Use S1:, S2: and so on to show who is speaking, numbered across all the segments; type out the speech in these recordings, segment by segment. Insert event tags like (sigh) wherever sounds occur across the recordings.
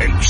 S1: El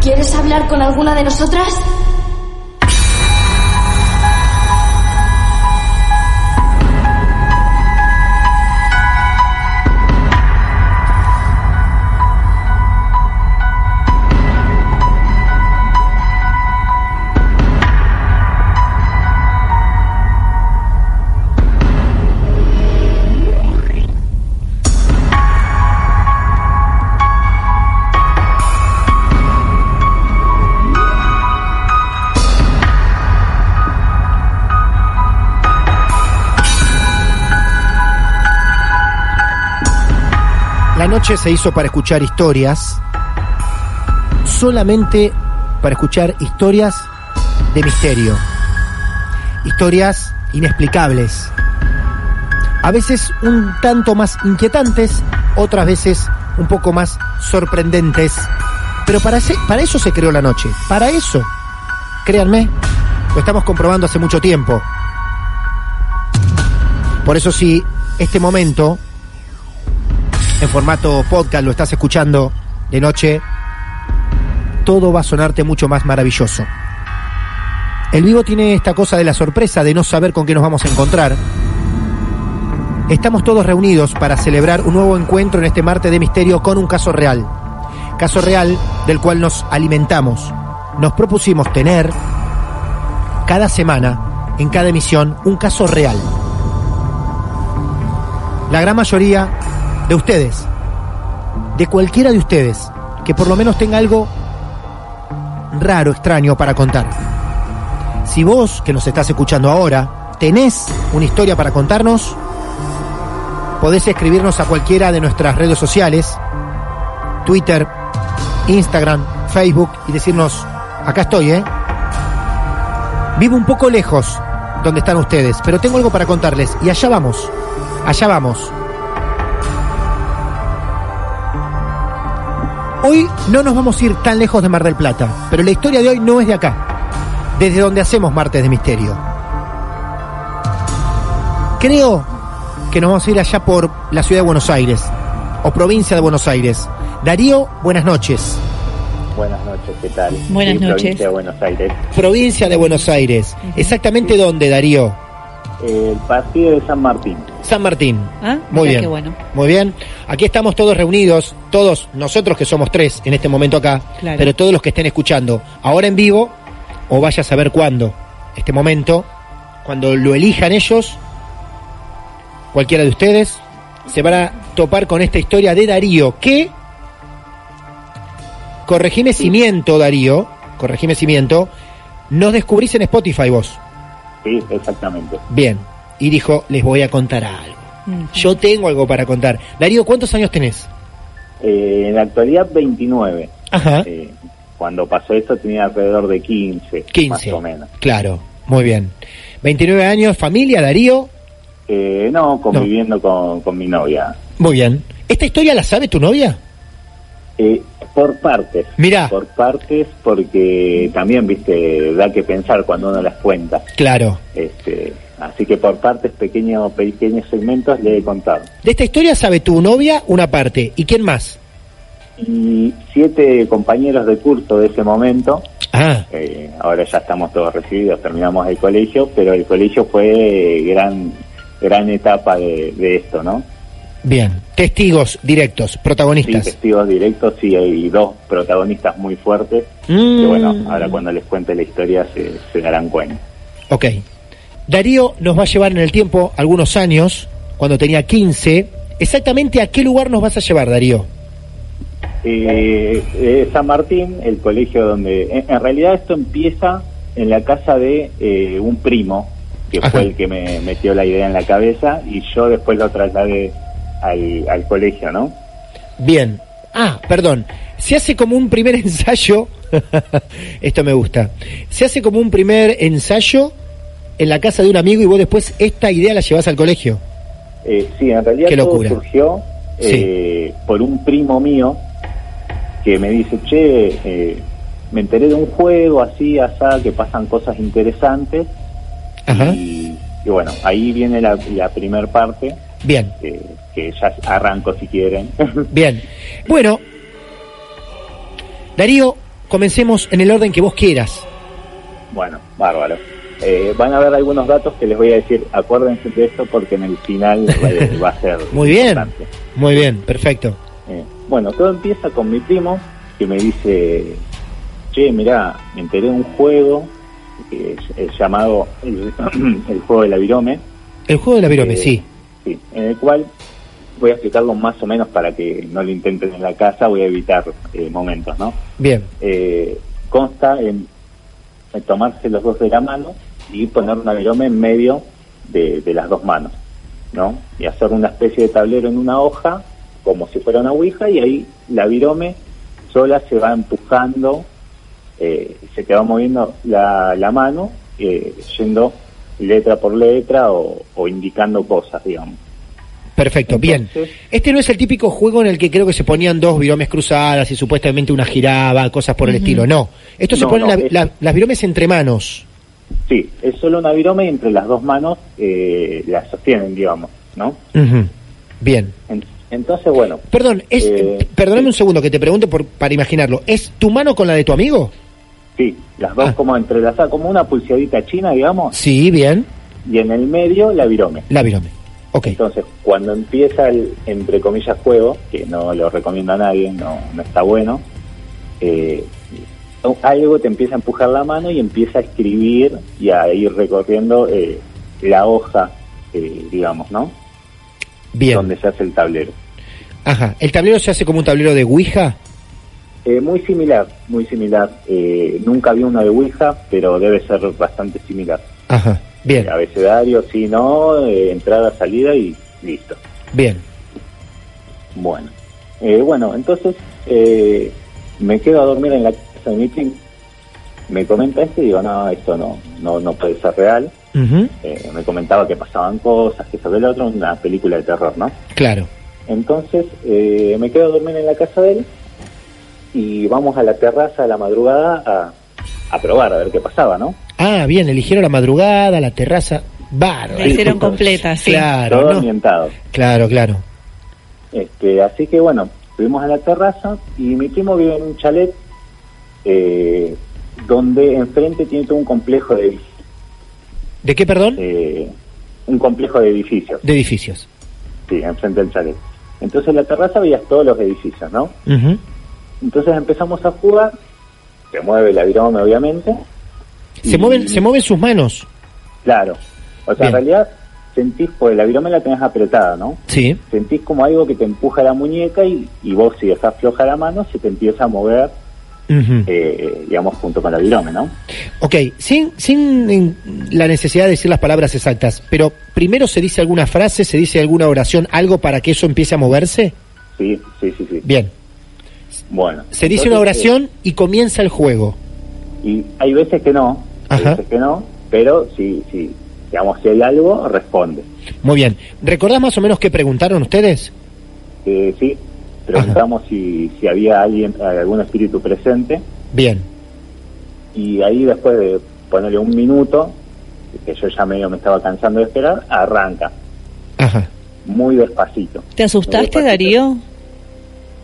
S2: ¿Quieres hablar con alguna de nosotras?
S3: La noche se hizo para escuchar historias, solamente para escuchar historias de misterio, historias inexplicables, a veces un tanto más inquietantes, otras veces un poco más sorprendentes, pero para, ese- para eso se creó la noche, para eso, créanme, lo estamos comprobando hace mucho tiempo. Por eso sí, este momento en formato podcast lo estás escuchando de noche, todo va a sonarte mucho más maravilloso. El vivo tiene esta cosa de la sorpresa de no saber con qué nos vamos a encontrar. Estamos todos reunidos para celebrar un nuevo encuentro en este martes de misterio con un caso real. Caso real del cual nos alimentamos. Nos propusimos tener cada semana, en cada emisión, un caso real. La gran mayoría de ustedes, de cualquiera de ustedes, que por lo menos tenga algo raro, extraño para contar. Si vos, que nos estás escuchando ahora, tenés una historia para contarnos, podés escribirnos a cualquiera de nuestras redes sociales, Twitter, Instagram, Facebook, y decirnos, acá estoy, ¿eh? Vivo un poco lejos donde están ustedes, pero tengo algo para contarles, y allá vamos, allá vamos. Hoy no nos vamos a ir tan lejos de Mar del Plata, pero la historia de hoy no es de acá, desde donde hacemos Martes de Misterio. Creo que nos vamos a ir allá por la ciudad de Buenos Aires, o provincia de Buenos Aires. Darío, buenas noches.
S4: Buenas noches, ¿qué tal?
S5: Buenas
S4: Sí,
S5: noches.
S4: Provincia de Buenos Aires.
S3: Provincia de Buenos Aires. ¿Exactamente dónde, Darío?
S4: El partido Eh, de San Martín.
S3: San Martín.
S5: Ah,
S3: Muy
S5: mira
S3: bien.
S5: qué bueno.
S3: Muy bien. Aquí estamos todos reunidos, todos nosotros que somos tres en este momento acá,
S5: Claro.
S3: pero todos los que estén escuchando ahora en vivo o vaya a saber cuándo, este momento, cuando lo elijan ellos, cualquiera de ustedes, se van a topar con esta historia de Darío que, corregime si miento Darío, corregime si miento, nos descubrís en Spotify vos.
S4: Sí, exactamente.
S3: Bien. Y dijo, les voy a contar algo. Yo tengo algo para contar. Darío, ¿cuántos años tenés?
S4: Eh, en la actualidad, 29.
S3: Ajá.
S4: Eh, cuando pasó esto tenía alrededor de 15,
S3: 15.
S4: más o menos.
S3: Claro, muy bien. 29 años, familia, Darío.
S4: Eh, no, conviviendo Con, con mi novia.
S3: Muy bien. ¿Esta historia la sabe tu novia?
S4: Eh, por partes.
S3: Mirá.
S4: Por partes, porque también, viste, da que pensar cuando uno las cuenta.
S3: Claro.
S4: Este, así que por partes, pequeños, pequeños segmentos le he contado.
S3: De esta historia sabe tu novia una parte. ¿Y quién más?
S4: Y siete compañeros de curso de ese momento.
S3: Ah.
S4: Eh, ahora ya estamos todos recibidos, terminamos el colegio, pero el colegio fue gran, gran etapa de, de esto, ¿no?
S3: Bien. Testigos directos, protagonistas.
S4: Sí, testigos directos, sí, hay dos protagonistas muy fuertes.
S3: Mm.
S4: Que bueno, ahora cuando les cuente la historia se, se darán cuenta.
S3: Ok. Darío nos va a llevar en el tiempo algunos años, cuando tenía 15. ¿Exactamente a qué lugar nos vas a llevar, Darío?
S4: Eh, eh, San Martín, el colegio donde... En, en, realidad esto empieza en la casa de eh, un primo, que
S3: Ajá.
S4: fue el que me metió la idea en la cabeza, y yo después lo trasladé al, al colegio, ¿no?
S3: Bien. Ah, perdón. Se hace como un primer (laughs) ensayo. Esto me gusta. Se hace como un primer ensayo en la casa de un amigo y vos después esta idea la llevas al colegio.
S4: Eh, sí, en realidad
S3: Qué
S4: todo
S3: locura.
S4: surgió eh, por un primo mío que me dice, che, eh, me enteré de un juego así, asá, que pasan cosas interesantes.
S3: Ajá.
S4: Y, y bueno, ahí viene la, la primer parte,
S3: Bien,
S4: eh, que ya arranco si quieren. (laughs)
S3: bien. Bueno, Darío, comencemos en el orden que vos quieras.
S4: bueno, bárbaro. Eh, van a haber algunos datos que les voy a decir, acuérdense de esto porque en el final
S3: (laughs)
S4: eh, va a ser...
S3: Muy bien.
S4: importante.
S3: Muy bien, perfecto.
S4: Eh, bueno, todo empieza con mi primo que me dice, che, mirá, me enteré de un juego que es, es llamado el, (clears throat) el juego del avirome,
S3: El juego de la virome,
S4: Eh,
S3: sí.
S4: sí, en el cual voy a explicarlo más o menos para que no lo intenten en la casa, voy a evitar eh, momentos, ¿no?
S3: Bien,
S4: Eh, consta en, en tomarse los dos de la mano y poner un avirome en medio de, de las dos manos, ¿no? Y hacer una especie de tablero en una hoja, como si fuera una ouija, y ahí la virome sola se va empujando, eh, se te va moviendo la, la mano, eh, yendo letra por letra o, o indicando cosas, digamos.
S3: perfecto, bien.
S4: Entonces-
S3: Este no es el típico juego en el que creo que se ponían dos viromes cruzadas y supuestamente una giraba, cosas por el estilo. No, esto se
S4: No,
S3: ponen
S4: no,
S3: la-
S4: es-
S3: la- las viromes entre manos.
S4: Sí, es solo un avirome y entre las dos manos eh, la sostienen, digamos, ¿no?
S3: Ujú, Bien.
S4: En- entonces, bueno,
S3: Perdón, es,
S4: Eh,
S3: perdóname
S4: sí.
S3: un segundo que te pregunto por, para imaginarlo. ¿Es tu mano con la de tu amigo?
S4: Sí, las dos
S3: Ah.
S4: como entrelazadas, como una pulseadita china, digamos,
S3: Sí, bien.
S4: y en el medio la virome.
S3: La virome. Ok.
S4: Entonces, cuando empieza el, entre comillas, juego, que no lo recomiendo a nadie, no, no está bueno, eh, algo te empieza a empujar la mano y empieza a escribir y a ir recorriendo eh, la hoja, eh, digamos, ¿no?
S3: Bien.
S4: Donde se hace el tablero.
S3: Ajá. ¿El tablero se hace como un tablero de Ouija?
S4: Eh, muy similar, muy similar. Eh, nunca vi uno de Ouija, pero debe ser bastante similar.
S3: Ajá. Bien,
S4: El abecedario, sí, no, eh, entrada, salida y listo.
S3: bien.
S4: Bueno, Eh, bueno, entonces eh, me quedo a dormir en la casa de mi primo. Me comenta esto y digo, no, esto no, no, no puede ser real.
S3: Ujú,
S4: Eh, me comentaba que pasaban cosas, que eso que lo otro, una película de terror, ¿no?
S3: Claro.
S4: Entonces eh, me quedo a dormir en la casa de él y vamos a la terraza a la madrugada a, a probar, a ver qué pasaba, ¿no?
S3: Ah, bien. Eligieron la madrugada, la terraza. Bárbaro.
S5: La hicieron completa, sí.
S3: Claro,
S4: Todo
S3: no.
S4: ambientado.
S3: Claro, claro.
S4: Este, así que bueno, estuvimos en la terraza y mi primo vive en un chalet eh, donde enfrente tiene todo un complejo de edifi-
S3: ¿De qué, perdón?
S4: eh, un complejo de edificios,
S3: De edificios.
S4: sí, enfrente del chalet. Entonces en la terraza veías todos los edificios, ¿no?
S3: Ujú.
S4: Entonces empezamos a jugar, se mueve el avirome obviamente,
S3: se, mueven, se mueven sus manos.
S4: claro. O
S3: Bien.
S4: sea, en realidad sentís, pues el avirome la tenés apretada, ¿no?
S3: Sí.
S4: sentís como algo que te empuja la muñeca y, y vos si dejás floja la mano se te empieza a mover,
S3: Ujú.
S4: eh, digamos, junto con la virome, ¿no?
S3: Ok, sin, sin en- la necesidad de decir las palabras exactas, pero primero se dice alguna frase, se dice alguna oración, algo para que eso empiece a moverse.
S4: Sí, sí, sí, sí.
S3: Bien,
S4: Bueno.
S3: se dice una
S4: entonces,
S5: eh,
S3: oración y comienza el juego.
S4: eh, y hay veces que no, hay
S3: Ajá.
S4: veces que no, pero si, si, digamos, si hay algo, responde.
S3: Muy bien, ¿recordás más o menos qué preguntaron ustedes?
S4: Eh, sí, Preguntamos si, si había alguien, algún espíritu presente
S3: Bien.
S4: y ahí después de ponerle un minuto, que yo ya medio me estaba cansando de esperar, arranca,
S3: Ajá.
S4: muy despacito.
S5: ¿Te asustaste,
S4: Muy despacito.
S5: Darío?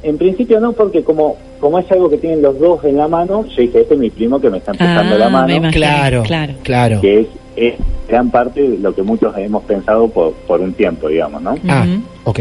S4: En principio no, porque como como es algo que tienen los dos en la mano, yo dije, este es mi primo que me está empujando la
S5: me
S4: mano.
S5: imagino,
S3: Claro,
S5: claro.
S3: claro.
S4: que es, es gran parte de lo que muchos hemos pensado por, por un tiempo, digamos, ¿no?
S3: Ah,
S5: Ujú.
S3: ok.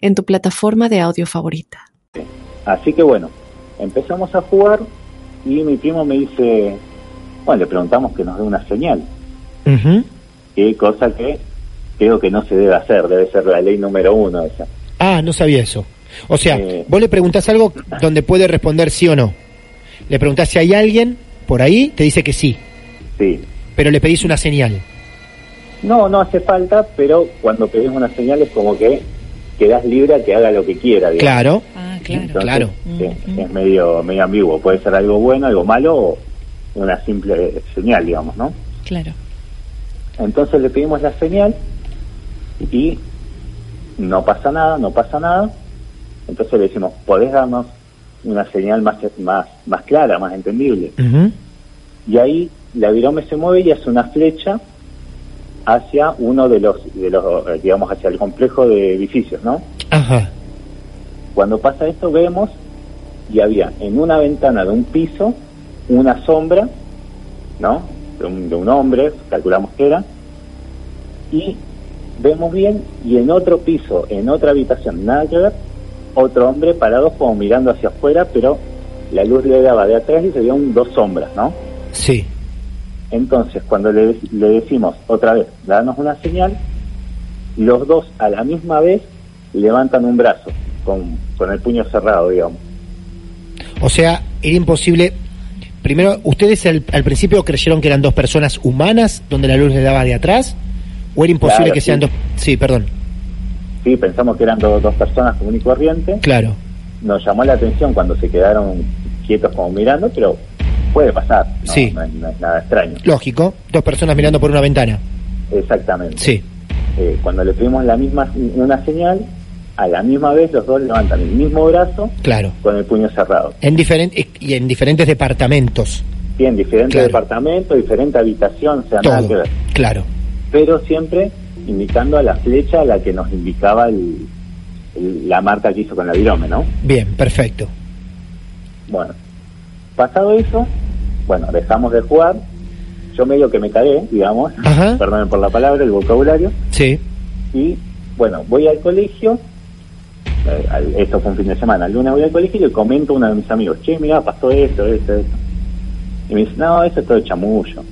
S6: en tu plataforma de audio favorita.
S4: así que bueno, empezamos a jugar y mi primo me dice, bueno, le preguntamos que nos dé una señal,
S3: Ujú.
S4: que cosa que creo que no se debe hacer, debe ser la ley número uno esa.
S3: Ah, no sabía eso. O sea,
S4: Eh.
S3: vos le preguntás algo donde puede responder sí o no. Le preguntás si hay alguien por ahí, te dice que sí,
S4: Sí.
S3: pero le pedís una señal.
S4: No, no hace falta, pero cuando pedís una señal es como que quedás libre a que haga lo que quiera, digamos.
S3: Claro.
S5: Ah, claro.
S4: Entonces,
S3: claro.
S4: Es, es medio, medio ambiguo. Puede ser algo bueno, algo malo o una simple señal, digamos, ¿no?
S5: Claro.
S4: Entonces le pedimos la señal y no pasa nada, no pasa nada. Entonces le decimos, ¿podés darnos una señal más, más, más clara, más entendible?
S3: Ujú.
S4: Y ahí la virome se mueve y hace una flecha hacia uno de los, de los eh, digamos, hacia el complejo de edificios, ¿no?
S3: Ajá.
S4: Cuando pasa esto vemos y había en una ventana de un piso una sombra, ¿no? De un, de un hombre, calculamos que era, y vemos bien y en otro piso, en otra habitación, nada que ver, otro hombre parado como mirando hacia afuera, pero la luz le daba de atrás y se veían dos sombras, ¿no?
S3: Sí.
S4: Entonces, cuando le, le decimos otra vez, danos una señal, los dos a la misma vez levantan un brazo, con, con el puño cerrado, digamos.
S3: O sea, era imposible. Primero, ustedes al, al principio creyeron que eran dos personas humanas donde la luz les daba de atrás, o era imposible
S4: Claro,
S3: que sean
S4: sí.
S3: dos. Sí, perdón.
S4: Sí, pensamos que eran do- dos personas común y corriente.
S3: Claro.
S4: Nos llamó la atención cuando se quedaron quietos como mirando, pero puede pasar. No,
S3: Sí.
S4: no es, no es nada extraño.
S3: Lógico. Dos personas mirando por una ventana.
S4: Exactamente.
S3: Sí.
S4: Eh, cuando le pedimos la misma una señal, a la misma vez los dos levantan el mismo brazo
S3: Claro.
S4: con el puño cerrado.
S3: En diferen- y en diferentes departamentos.
S4: Sí, en diferente
S3: Claro.
S4: departamento, diferente habitación, o sea, nada que
S3: Todo.
S4: ver.
S3: Claro.
S4: Pero siempre indicando a la flecha a la que nos indicaba el- el- la marca que hizo con la virome, ¿no?
S3: Bien, perfecto.
S4: Bueno, pasado eso, bueno, dejamos de jugar. Yo medio que me cagué, digamos,
S3: Ajá.
S4: perdonen por la palabra, el vocabulario.
S3: Sí.
S4: Y bueno, voy al colegio. eh, al- esto fue un fin de semana. El lunes voy al colegio y le comento a uno de mis amigos: Che, mira, pasó esto, esto, esto. Y me dice: No, eso es todo chamullo.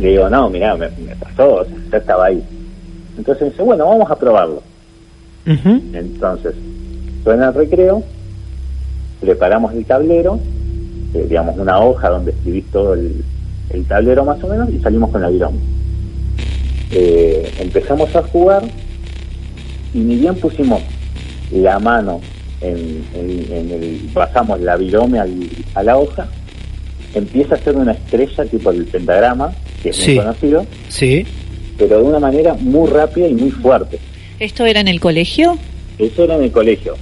S4: Le digo: No, mira, me, me pasó, o sea, ya estaba ahí. Entonces me dice: Bueno, vamos a probarlo.
S3: Ujú.
S4: Entonces, suena el recreo, preparamos el tablero, eh, digamos una hoja donde escribís todo el, el tablero más o menos y salimos con la virón. Eh, empezamos a jugar y ni bien pusimos la mano en, en- en el, pasamos la virome al- a la hoja, empieza a ser una estrella tipo el pentagrama, que es
S3: Sí.
S4: muy conocido,
S3: Sí.
S4: pero de una manera muy rápida y muy fuerte.
S5: ¿Esto era en el colegio?
S4: Eso era en el colegio.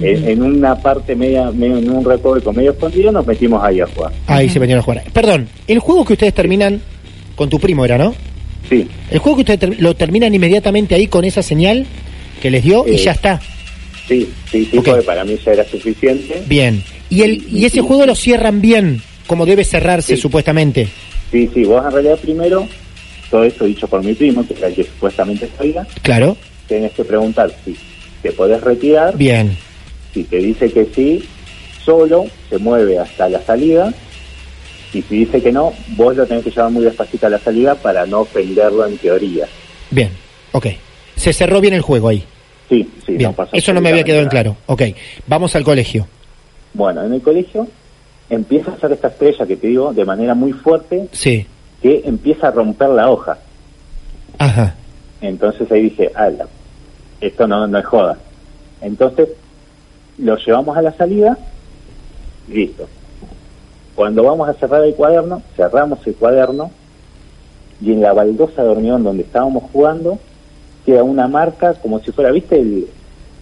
S4: En, en una parte media, medio- en un recoveco medio escondido, nos metimos ahí a jugar.
S3: Ahí se venían a jugar. Perdón, el juego que ustedes terminan con tu primo era, ¿no?
S4: Sí,
S3: El juego que ustedes ter- lo terminan inmediatamente ahí con esa señal que les dio y
S4: Sí.
S3: ya está.
S4: sí, sí, sí,
S3: Ok.
S4: porque para mí ya era suficiente.
S3: Bien. Y, el, y ese
S4: Sí.
S3: juego lo cierran bien, como debe cerrarse
S4: Sí.
S3: supuestamente.
S4: Sí, sí, vos en realidad primero, todo eso dicho por mi primo, que era el que supuestamente sabía,
S3: Claro.
S4: tenés que preguntar si te podés retirar,
S3: Bien.
S4: si te dice que sí, solo se mueve hasta la salida, y si dice que no, vos lo tenés que llevar muy despacito a la salida para no ofenderlo en teoría.
S3: Bien. Ok. Se cerró bien el juego ahí.
S4: Sí, sí.
S3: Bien,
S4: no pasó
S3: eso no me había quedado en
S4: absolutamente
S3: claro. Ok, vamos al colegio.
S4: nada. Bueno, en el colegio empieza a hacer esta estrella que te digo de manera muy fuerte
S3: Sí,
S4: que empieza a romper la hoja.
S3: ajá.
S4: Entonces ahí dije, ala, esto no, no es joda. Entonces lo llevamos a la salida y listo. Cuando vamos a cerrar el cuaderno, cerramos el cuaderno y en la baldosa de hormigón donde estábamos jugando queda una marca como si fuera, ¿viste? El,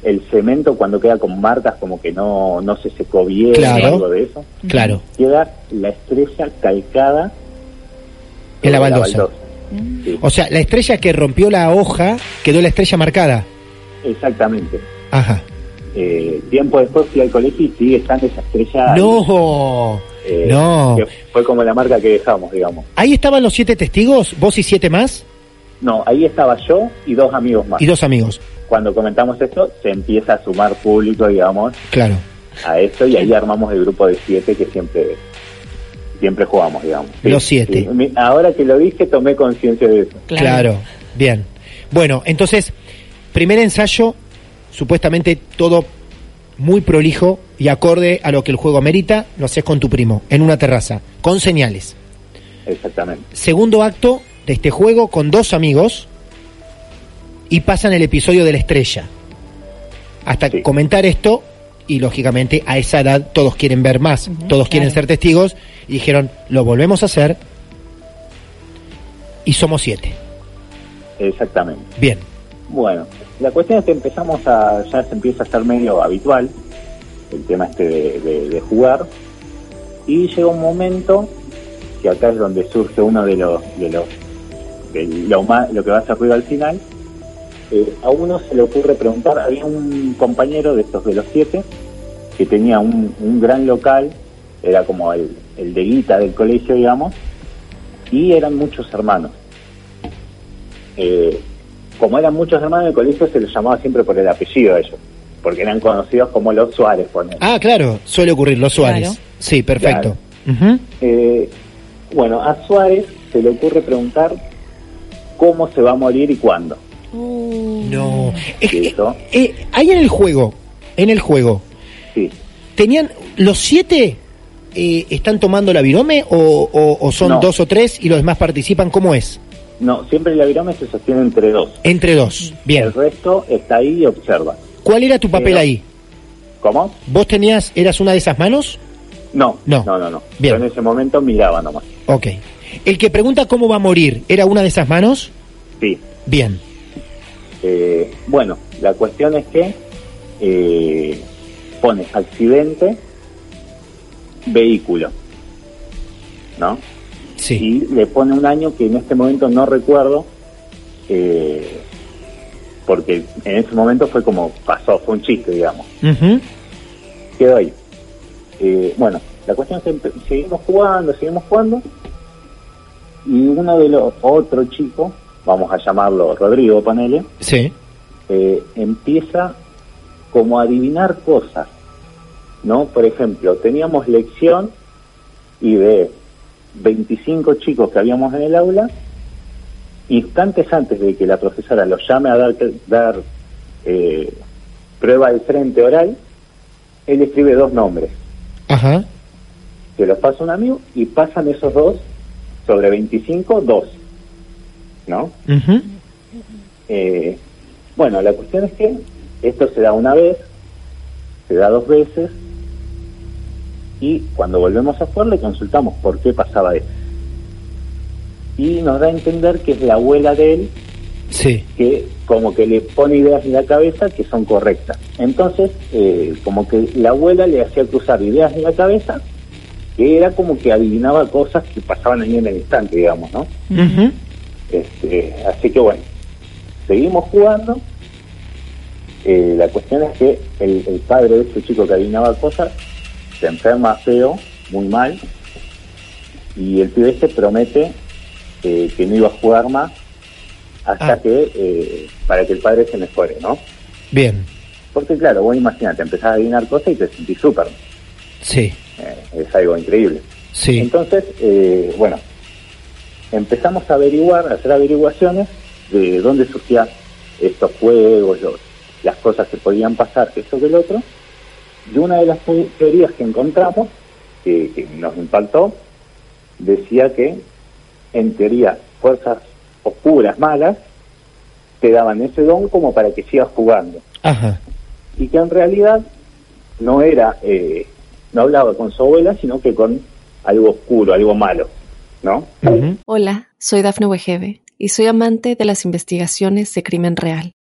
S4: el cemento cuando queda con marcas como que no, no se secó bien
S3: Claro.
S4: o algo de eso.
S3: Claro,
S4: Queda la estrella calcada
S3: en la
S4: sobre
S3: baldosa.
S4: Sí,
S3: O sea, la estrella que rompió la hoja quedó la estrella marcada.
S4: exactamente.
S3: Ajá.
S4: Eh, tiempo después fui al colegio y sigue estando esa estrella. ahí.
S3: No,
S4: Eh,
S3: no.
S4: que Fue como la marca que dejamos, digamos.
S3: Ahí estaban los siete testigos, vos y siete más,
S4: No, ahí estaba yo y dos amigos más.
S3: y dos amigos.
S4: Cuando comentamos esto, se empieza a sumar público, digamos,
S3: Claro.
S4: a esto y ahí armamos el grupo de siete que siempre siempre jugamos, digamos.
S3: Los siete.
S4: sí. Mi- Ahora que lo dije, tomé conciencia de eso.
S3: Claro. bien. Bueno, entonces, primer ensayo, supuestamente todo muy prolijo y acorde a lo que el juego amerita, lo haces con tu primo, en una terraza, con señales.
S4: Exactamente.
S3: Segundo acto de este juego con dos amigos y pasan el episodio de la estrella. Hasta
S4: Sí.
S3: comentar esto, y lógicamente a esa edad todos quieren ver más, todos quieren ser testigos, y dijeron, lo volvemos a hacer, y somos siete.
S4: Exactamente.
S3: Bien.
S4: Bueno, la cuestión es que empezamos a, ya se empieza a hacer medio habitual el tema este de, de- de jugar y llega un momento que acá es donde surge uno de los de los de lo ma- lo que va a hacer ruido al final Eh, a uno se le ocurre preguntar había un compañero de estos de los siete que tenía un, un gran local era como el, el de guita del colegio digamos y eran muchos hermanos Eh, como eran muchos hermanos del colegio, se los llamaba siempre por el apellido de ellos, porque eran conocidos como los Suárez. ponele.
S3: Ah, claro, suele ocurrir, los Suárez.
S5: Claro.
S3: Sí, perfecto. Ujú.
S4: Eh, bueno, a Suárez se le ocurre preguntar cómo se va a morir y cuándo.
S3: No. Es que,
S4: Listo.
S3: eh, ahí en el juego, en el juego,
S4: Sí.
S3: ¿Tenían los siete eh, están tomando la virome o, o- o son
S4: No.
S3: dos o tres y los demás participan? ¿Cómo es?
S4: No, siempre la virome se sostiene entre dos.
S3: Entre dos. Bien.
S4: El resto está ahí y observa.
S3: ¿Cuál era tu papel
S4: Pero-
S3: ahí?
S4: ¿Cómo?
S3: ¿Vos tenías, eras una de esas manos?
S4: No,
S3: No.
S4: no, no. no.
S3: Bien.
S4: Yo en ese momento miraba nomás.
S3: Ok. El que pregunta cómo va a morir, ¿era una de esas manos?
S4: Sí.
S3: Bien.
S4: Eh, bueno, la cuestión es que eh, pone accidente, vehículo, ¿no?
S3: Sí.
S4: Y le pone un año que en este momento no recuerdo, eh, porque en ese momento fue como pasó, fue un chiste, digamos.
S3: Ujú.
S4: Quedó ahí. Eh, bueno, la cuestión es que empe- seguimos jugando, seguimos jugando, y uno de los, otro chico, vamos a llamarlo Rodrigo, ponele,
S3: Sí.
S4: eh, empieza como a adivinar cosas, ¿no? Por ejemplo, teníamos lección y de 25 chicos que habíamos en el aula, instantes antes de que la profesora los llame a dar, dar eh, prueba de frente oral, él escribe dos nombres,
S3: Ajá.
S4: se los pasa un amigo y pasan esos dos sobre 25, dos, ¿no?
S3: Ujú.
S4: Eh, bueno, la cuestión es que esto se da una vez, se da dos veces, y cuando volvemos a jugar le consultamos por qué pasaba eso. Y nos da a entender que es la abuela de él
S3: Sí.
S4: que como que le pone ideas en la cabeza que son correctas. Entonces, eh, como que la abuela le hacía cruzar ideas en la cabeza, que era como que adivinaba cosas que pasaban ahí en el instante, digamos, ¿no?
S3: Ujú.
S4: Este, así que bueno, seguimos jugando. Eh, la cuestión es que el, el padre de este chico que adivinaba cosas se enferma feo, muy mal, y el pibe este promete eh, que no iba a jugar más hasta
S3: Ah.
S4: que, eh, para que el padre se mejore, ¿no?
S3: Bien.
S4: Porque claro, vos imagínate, empezás a adivinar cosas y te sentís súper,
S3: Sí.
S4: eh, es algo increíble.
S3: Sí.
S4: Entonces, eh, bueno, empezamos a averiguar, a hacer averiguaciones de dónde surgían estos juegos, los, las cosas que podían pasar que sobre el otro. Y una de las teorías que encontramos, que, que nos impactó, decía que en teoría fuerzas oscuras, malas, te daban ese don como para que sigas jugando.
S3: Ajá.
S4: Y que en realidad no era, eh, no hablaba con su abuela, sino que con algo oscuro, algo malo, ¿no?
S3: Uh -huh.
S6: Hola, soy Dafne Wegebe y soy amante de las investigaciones de crimen real.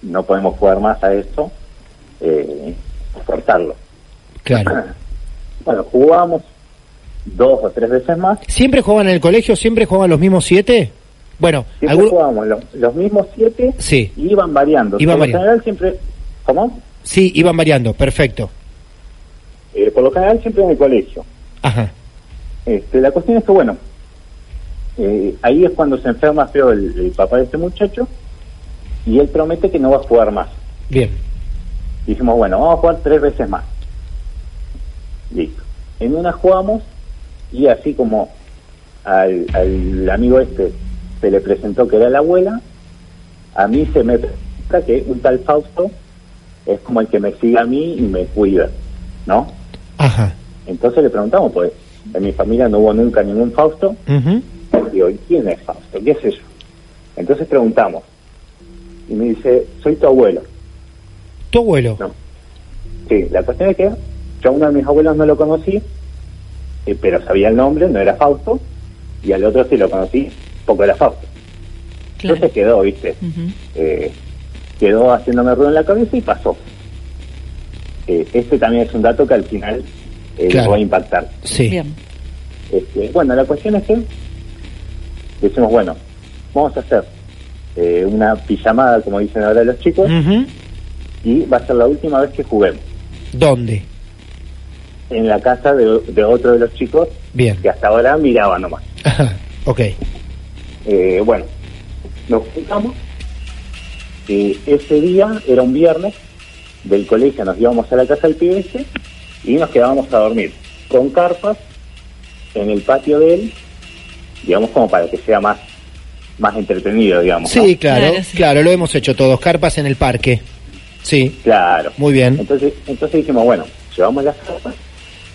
S4: no podemos jugar más a esto, eh, cortarlo. (clears throat)
S3: Claro.
S4: Bueno, jugamos dos o tres veces más.
S3: ¿Siempre jugaban en el colegio? ¿Siempre jugaban los mismos siete? Bueno,
S4: siempre algún... jugábamos los, los, mismos siete
S3: sí.
S4: y iban variando.
S3: Iban
S4: por
S3: variando.
S4: lo general siempre... ¿Cómo?
S3: Sí, iban variando, perfecto.
S4: Eh, por lo general siempre en el colegio.
S3: Ajá.
S4: Este, la cuestión es que, bueno, eh, ahí es cuando se enferma feo el, el, papá de este muchacho y él promete que no va a jugar más.
S3: Bien.
S4: Dijimos, bueno, vamos a jugar tres veces más. Listo. En una jugamos y así como al, al amigo este se le presentó que era la abuela, a mí se me presenta que un tal Fausto es como el que me sigue a mí y me cuida, ¿no?
S3: Ajá.
S4: Entonces le preguntamos, pues, en mi familia no hubo nunca ningún Fausto.
S3: Uh -huh.
S4: Digo, ¿y quién es Fausto? ¿Qué es eso? Entonces preguntamos. Y me dice, soy tu abuelo.
S3: ¿Tu abuelo?
S4: No. Sí, la cuestión es que yo a uno de mis abuelos no lo conocí, eh, pero sabía el nombre, no era Fausto, y al otro sí lo conocí, poco era Fausto.
S5: Claro.
S4: Entonces quedó, viste,
S5: Uh -huh.
S4: eh, quedó haciéndome ruido en la cabeza y pasó. Eh, este también es un dato que al final eh,
S3: Claro.
S4: nos va a impactar.
S3: Sí.
S5: Bien.
S4: Este, bueno, la cuestión es que decimos, bueno, vamos a hacer eh, una pijamada, como dicen ahora los chicos,
S3: Ujú.
S4: y va a ser la última vez que juguemos
S3: ¿Dónde?
S4: en la casa de, de otro de los chicos
S3: Bien.
S4: que hasta ahora miraba nomás.
S3: Ajá. Ok.
S4: Eh, bueno, nos juntamos. y ese día era un viernes, del colegio nos íbamos a la casa del pibe este y nos quedábamos a dormir con carpas en el patio de él, digamos como para que sea más, más entretenido, digamos. ¿no?
S3: Sí, claro, claro,
S5: Claro, sí.
S3: lo hemos hecho todos. Carpas en el parque. Sí,
S4: Claro.
S3: muy bien.
S4: Entonces, entonces dijimos, bueno, llevamos las carpas,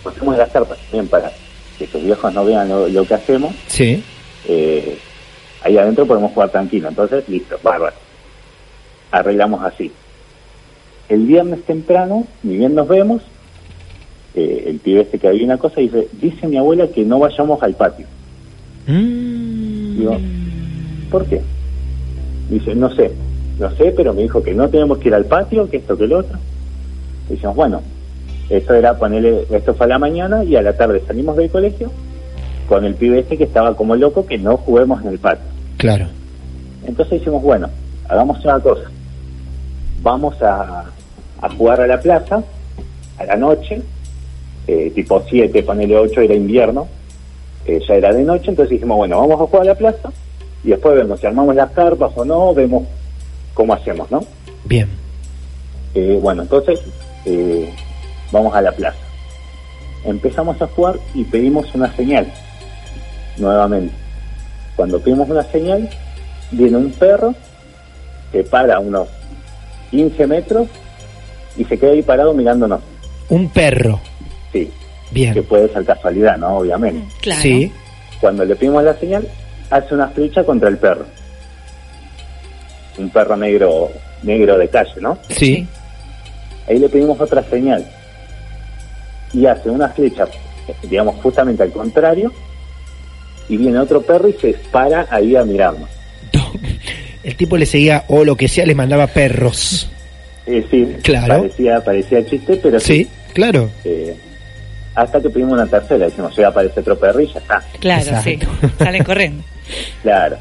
S4: ponemos las carpas bien para que estos viejos no vean lo, lo que hacemos.
S3: Sí.
S4: eh, ahí adentro podemos jugar tranquilo. Entonces, listo, bárbaro. Arreglamos así. El viernes temprano, ni bien nos vemos, eh, el pibe este que había una cosa dice, dice mi abuela que no vayamos al patio.
S3: Mm.
S4: Digo, ¿por qué? Dice, no sé, no sé, pero me dijo que no tenemos que ir al patio, que esto, que lo otro. Dicen, bueno, esto era ponerle, esto fue a la mañana y a la tarde salimos del colegio con el pibe este que estaba como loco que no juguemos en el patio.
S3: Claro.
S4: Entonces dijimos, bueno, hagamos una cosa. Vamos a, a jugar a la plaza a la noche, eh, tipo 7, ponele 8, era invierno, eh, ya era de noche, entonces dijimos, bueno, vamos a jugar a la plaza y después vemos si armamos las carpas o no, vemos cómo hacemos, ¿no?
S3: Bien.
S4: Eh, bueno, entonces eh, vamos a la plaza. Empezamos a jugar y pedimos una señal. Nuevamente. Cuando pedimos una señal, viene un perro, se para a unos 15 metros y se queda ahí parado mirándonos.
S3: Un perro.
S4: Sí, que
S3: Bien.
S4: puede ser casualidad, ¿no? Obviamente.
S5: Claro.
S3: Sí.
S4: Cuando le pedimos la señal, hace una flecha contra el perro. Un perro negro, negro de calle, ¿no?
S3: Sí.
S4: Ahí le pedimos otra señal. Y hace una flecha, digamos, justamente al contrario. Y viene otro perro y se para ahí a mirarnos.
S3: El tipo le seguía o lo que sea, le mandaba perros.
S4: Es decir,
S3: Claro.
S4: parecía, parecía chiste, pero
S3: Sí, claro.
S4: eh, hasta que pedimos una tercera, decimos, ya aparece otro perro y ya está.
S5: Claro, sí. (laughs)
S3: Exacto.
S5: Salen corriendo.
S4: Claro.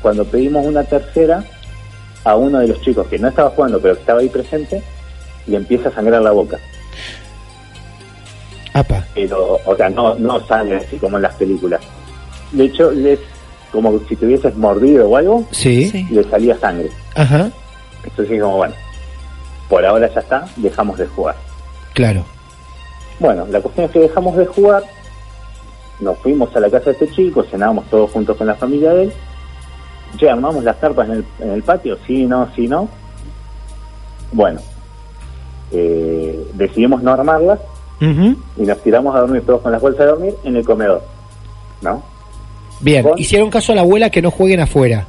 S4: Cuando pedimos una tercera, a uno de los chicos que no estaba jugando, pero que estaba ahí presente, le empieza a sangrar la boca.
S3: Apa.
S4: Pero, o sea, no, no sale así como en las películas. De hecho, les, como si te hubieses mordido o algo,
S3: Sí.
S4: le salía sangre.
S3: Ajá.
S4: Entonces, como bueno, por ahora ya está, dejamos de jugar.
S3: Claro.
S4: Bueno, la cuestión es que dejamos de jugar, nos fuimos a la casa de este chico, cenábamos todos juntos con la familia de él, ya armamos las carpas en el, en el patio, sí, no, sí, no. Bueno, eh, decidimos no armarlas
S3: Ujú.
S4: y nos tiramos a dormir todos con las bolsas de dormir en el comedor, ¿no?
S3: Bien.
S4: Con-
S3: Hicieron caso a la abuela que no jueguen afuera.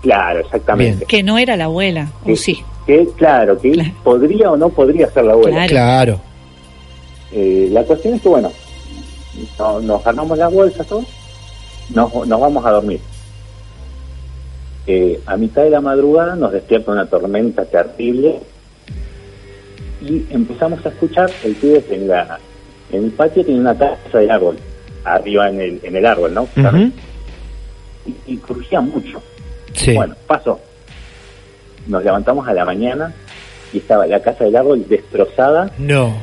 S4: Claro, exactamente.
S5: Que no era la abuela, o sí.
S4: Que, claro, que
S5: Claro.
S4: podría o no podría ser la abuela.
S5: Claro.
S3: Claro.
S4: Eh, la cuestión es que, bueno, no- nos armamos las bolsas, todo, nos, nos vamos a dormir. Eh, a mitad de la madrugada nos despierta una tormenta terrible y empezamos a escuchar el pibe que en, la, en el patio tiene una taza de árbol, arriba en el, en el árbol, ¿no?
S3: Ujú.
S4: y, y crujía mucho.
S3: Sí.
S4: Bueno, pasó. Nos levantamos a la mañana y estaba la casa del árbol destrozada
S3: No.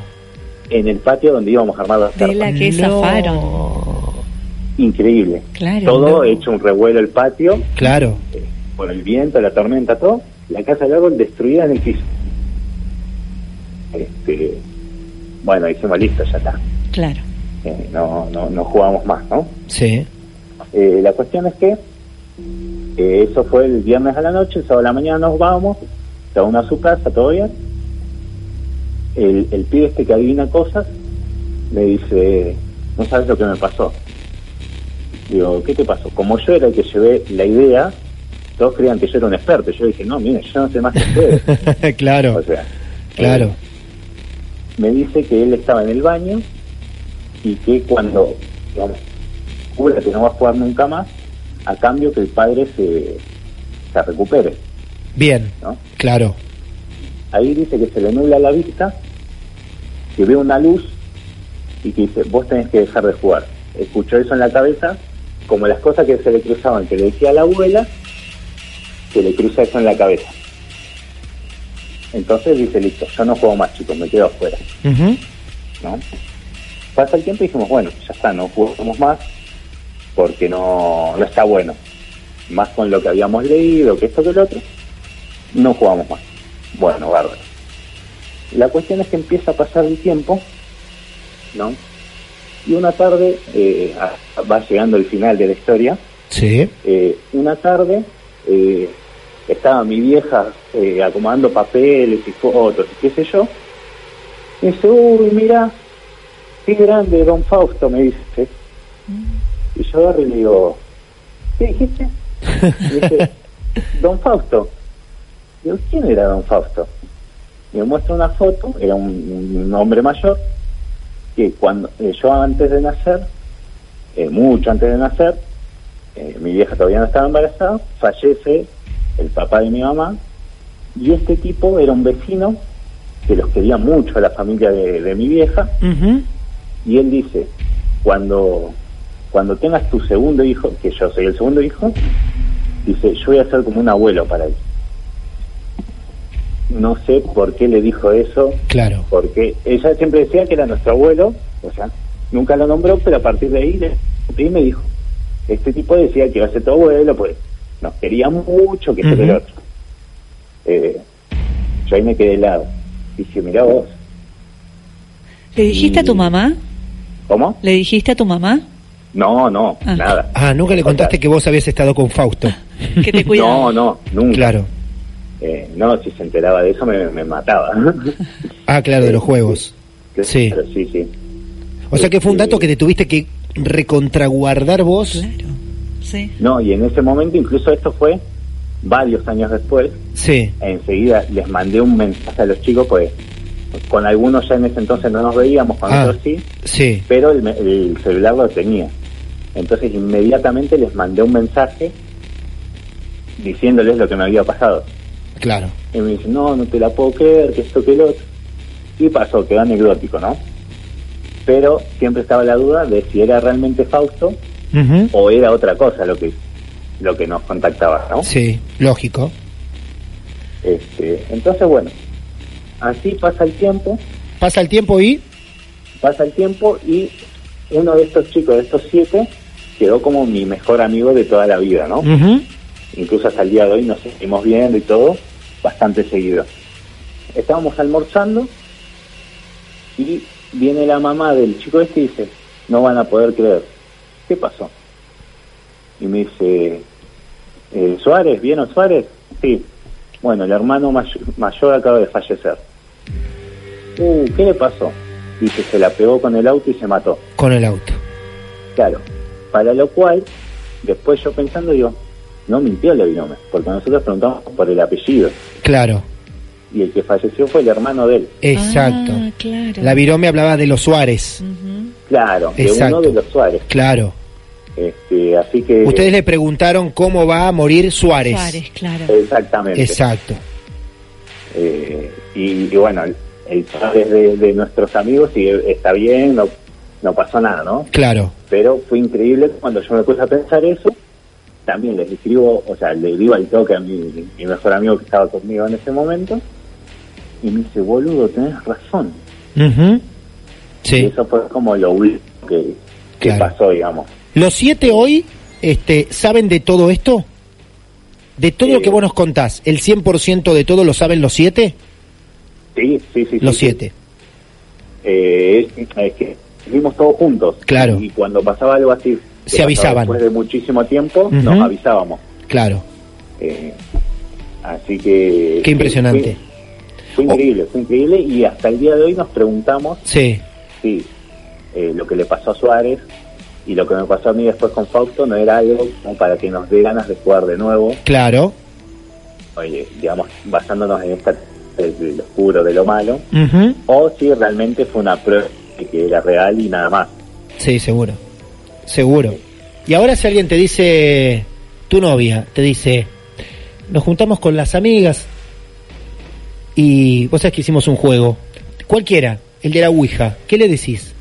S4: en el patio donde íbamos a armar las
S5: De
S4: carpas.
S5: la que
S3: No.
S5: zafaron.
S4: Increíble.
S5: Claro.
S4: Todo
S5: no.
S4: hecho un revuelo el patio,
S3: Claro.
S4: por el viento, la tormenta, todo. La casa del árbol destruida en el piso. Este, bueno, dijimos, listo, ya está.
S5: Claro.
S4: Eh, no, no, no jugamos más, ¿no?
S3: Sí. (laughs)
S4: Eh, la cuestión es que eh, eso fue el viernes a la noche, el sábado a la mañana nos vamos, cada uno a su casa, todo bien. El, el pibe este que adivina cosas me dice, no sabes lo que me pasó. Digo, ¿qué te pasó? Como yo era el que llevé la idea, todos creían que yo era un experto. Yo dije, no, mire, yo no sé más que ustedes.
S3: claro.
S4: o sea, eh,
S3: Claro.
S4: me dice que él estaba en el baño y que cuando digamos, jura que no va a jugar nunca más, a cambio que el padre se, se recupere.
S3: Bien.
S4: ¿no?
S3: Claro.
S4: Ahí dice que se le nubla la vista, que ve una luz y que dice, vos tenés que dejar de jugar. Escuchó eso en la cabeza, como las cosas que se le cruzaban, que le decía la abuela, que le cruza eso en la cabeza. Entonces dice, listo, yo no juego más chicos, me quedo afuera.
S3: Ujú.
S4: ¿no? Pasa el tiempo y dijimos, bueno, ya está, no jugamos más porque no, no está bueno. Más con lo que habíamos leído, que esto que lo otro, no jugamos más. Bueno, bárbaro. La cuestión es que empieza a pasar el tiempo, ¿no? Y una tarde, eh, a- va llegando el final de la historia,
S3: Sí.
S4: eh, una tarde eh, estaba mi vieja eh, acomodando papeles y fotos y qué sé yo. Me dice, uy, mira, qué grande don Fausto, me dice. Y yo agarro y le digo, ¿qué dijiste? Me dice, (laughs) don Fausto. Digo, ¿quién era don Fausto? Me muestra una foto, era un, un hombre mayor, que cuando eh, yo antes de nacer, eh, mucho antes de nacer, eh, mi vieja todavía no estaba embarazada, fallece el papá de mi mamá, y este tipo era un vecino que los quería mucho a la familia de, de mi vieja,
S3: Ujú.
S4: y él dice, cuando, cuando tengas tu segundo hijo, que yo soy el segundo hijo, dice, yo voy a ser como un abuelo para él. No sé por qué le dijo eso,
S3: Claro.
S4: porque ella siempre decía que era nuestro abuelo, o sea, nunca lo nombró, pero a partir de ahí, le- y me dijo, este tipo decía que iba a ser tu abuelo, pues nos quería mucho, que esto que el
S3: Ujú.
S4: otro. Eh, yo ahí me quedé helado. Dije, mirá vos,
S5: ¿Le dijiste a tu
S4: Y-
S5: mamá?
S4: ¿cómo?
S5: ¿Le dijiste a tu mamá?
S4: No, no,
S5: Ah.
S4: nada.
S3: Ah, nunca le contaste que vos habías estado con Fausto.
S5: Que
S4: (laughs)
S5: te
S4: No,
S5: cuidaba.
S4: no, nunca.
S3: Claro.
S4: Eh, no, si se enteraba de eso me, me mataba.
S3: Ah, claro, de los juegos. (laughs) Sí.
S4: Pero sí, sí.
S3: O sea que fue un dato que te tuviste que recontraguardar vos.
S5: Claro. Sí.
S4: No, y en ese momento, incluso esto fue varios años después,
S3: Sí.
S4: enseguida les mandé un mensaje a los chicos, pues con algunos ya en ese entonces no nos veíamos, con
S3: Ah.
S4: otros sí,
S3: Sí.
S4: pero el, me- el celular lo tenía. Entonces inmediatamente les mandé un mensaje diciéndoles lo que me había pasado.
S3: Claro.
S4: Y me dicen, no, no te la puedo creer, que esto, que lo otro. Y pasó, quedó anecdótico, ¿no? Pero siempre estaba la duda de si era realmente Fausto
S3: Ujú.
S4: o era otra cosa lo que lo que nos contactaba, ¿no?
S3: Sí. Lógico.
S4: Este, entonces, bueno, así pasa el tiempo,
S3: Pasa el tiempo y.
S4: pasa el tiempo y uno de estos chicos, de estos siete, quedó como mi mejor amigo de toda la vida, ¿no?
S3: Ujú.
S4: incluso hasta el día de hoy nos seguimos viendo y todo, bastante seguido. Estábamos almorzando y viene la mamá del chico este y dice, no van a poder creer, ¿qué pasó? Y me dice, "Eh, Suárez, ¿vieron Suárez? Sí. Bueno, el hermano may- mayor acaba de fallecer. Uh, ¿qué le pasó? Dice, se la pegó con el auto y se mató.
S3: Con el auto.
S4: Claro, para lo cual, después yo pensando, digo, no mintió el binomio, porque nosotros preguntamos por el apellido,
S3: Claro.
S4: y el que falleció fue el hermano de él.
S3: Exacto.
S5: Ah, claro.
S3: La Virome hablaba de los Suárez.
S5: Ujú.
S4: Claro, de
S3: Exacto.
S4: uno de los Suárez.
S3: Claro.
S4: Este, así que.
S3: Ustedes le preguntaron cómo va a morir Suárez.
S5: Suárez, claro.
S4: Exactamente.
S3: Exacto.
S4: Eh, y, y bueno, el- el Suárez de, de nuestros amigos, y está bien, no, no pasó nada, ¿no?
S3: Claro.
S4: Pero fue increíble cuando yo me puse a pensar eso. También les escribo, o sea, le digo al toque a mi, mi mejor amigo que estaba conmigo en ese momento. Y me dice, boludo, tenés razón.
S3: Ujú.
S4: Y
S3: Sí.
S4: eso fue como lo último que, que
S3: Claro.
S4: pasó, digamos.
S3: ¿Los siete hoy este, saben de todo esto? ¿De todo lo
S4: Eh.
S3: que vos nos contás? ¿El 100% de todo lo saben los siete?
S4: Sí, sí, sí.
S3: Los
S4: sí, sí.
S3: siete.
S4: Eh, es, es que vivimos todos juntos.
S3: Claro.
S4: Y cuando pasaba algo así, que
S3: Se
S4: pasaba
S3: avisaban.
S4: Después de muchísimo tiempo,
S3: Ujú.
S4: nos avisábamos.
S3: Claro.
S4: Eh, así que.
S3: Qué impresionante. Oh.
S4: Fue, fue increíble, fue increíble. Y hasta el día de hoy nos preguntamos
S3: Sí.
S4: si eh, lo que le pasó a Suárez y lo que me pasó a mí después con Fausto no era algo como para que nos dé ganas de jugar de nuevo.
S3: Claro.
S4: Oye, digamos, basándonos en esta de, de lo oscuro, de lo malo.
S3: Ujú.
S4: O si realmente fue una prueba que- que era real y nada más.
S3: Sí, seguro. Seguro. Y ahora si alguien te dice, tu novia, te dice, nos juntamos con las amigas y vos sabés que hicimos un juego. Cualquiera, el de la Ouija. ¿Qué le decís?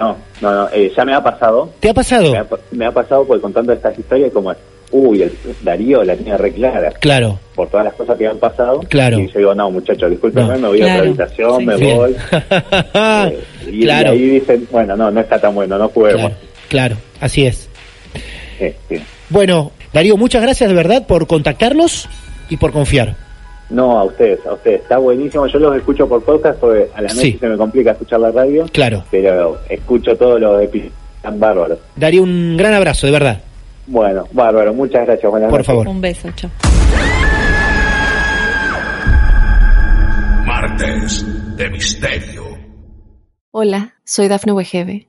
S4: No, no, no, eh, ya me ha pasado.
S3: ¿Te ha pasado?
S4: Me ha, pa- me ha pasado porque contando estas historias como, uy, el Darío la tiene re clara
S3: Claro.
S4: por todas las cosas que han pasado.
S3: Claro.
S4: Y yo digo, no, muchachos, discúlpenme,
S3: No.
S4: me voy a
S5: Claro.
S4: otra habitación,
S5: Sí.
S4: me
S3: Bien. (laughs)
S4: voy. Eh, y, y
S3: claro,
S4: ahí dicen, bueno, no, no está tan bueno, no juguemos.
S3: claro, claro, así es.
S4: Este,
S3: Bueno, Darío, muchas gracias de verdad por contactarnos y por confiar.
S4: no, a ustedes, a ustedes, está buenísimo. Yo los escucho por podcast porque a la noche
S3: Sí.
S4: se me complica escuchar la radio,
S3: Claro.
S4: pero escucho todos los episodios tan bárbaros.
S3: Darío, un gran abrazo, de verdad.
S4: Bueno, bárbaro, muchas gracias. Buenas
S3: Por
S4: noches.
S3: favor.
S5: Un beso, chao.
S1: Martes de Misterio.
S6: Hola, soy Dafne Wegebe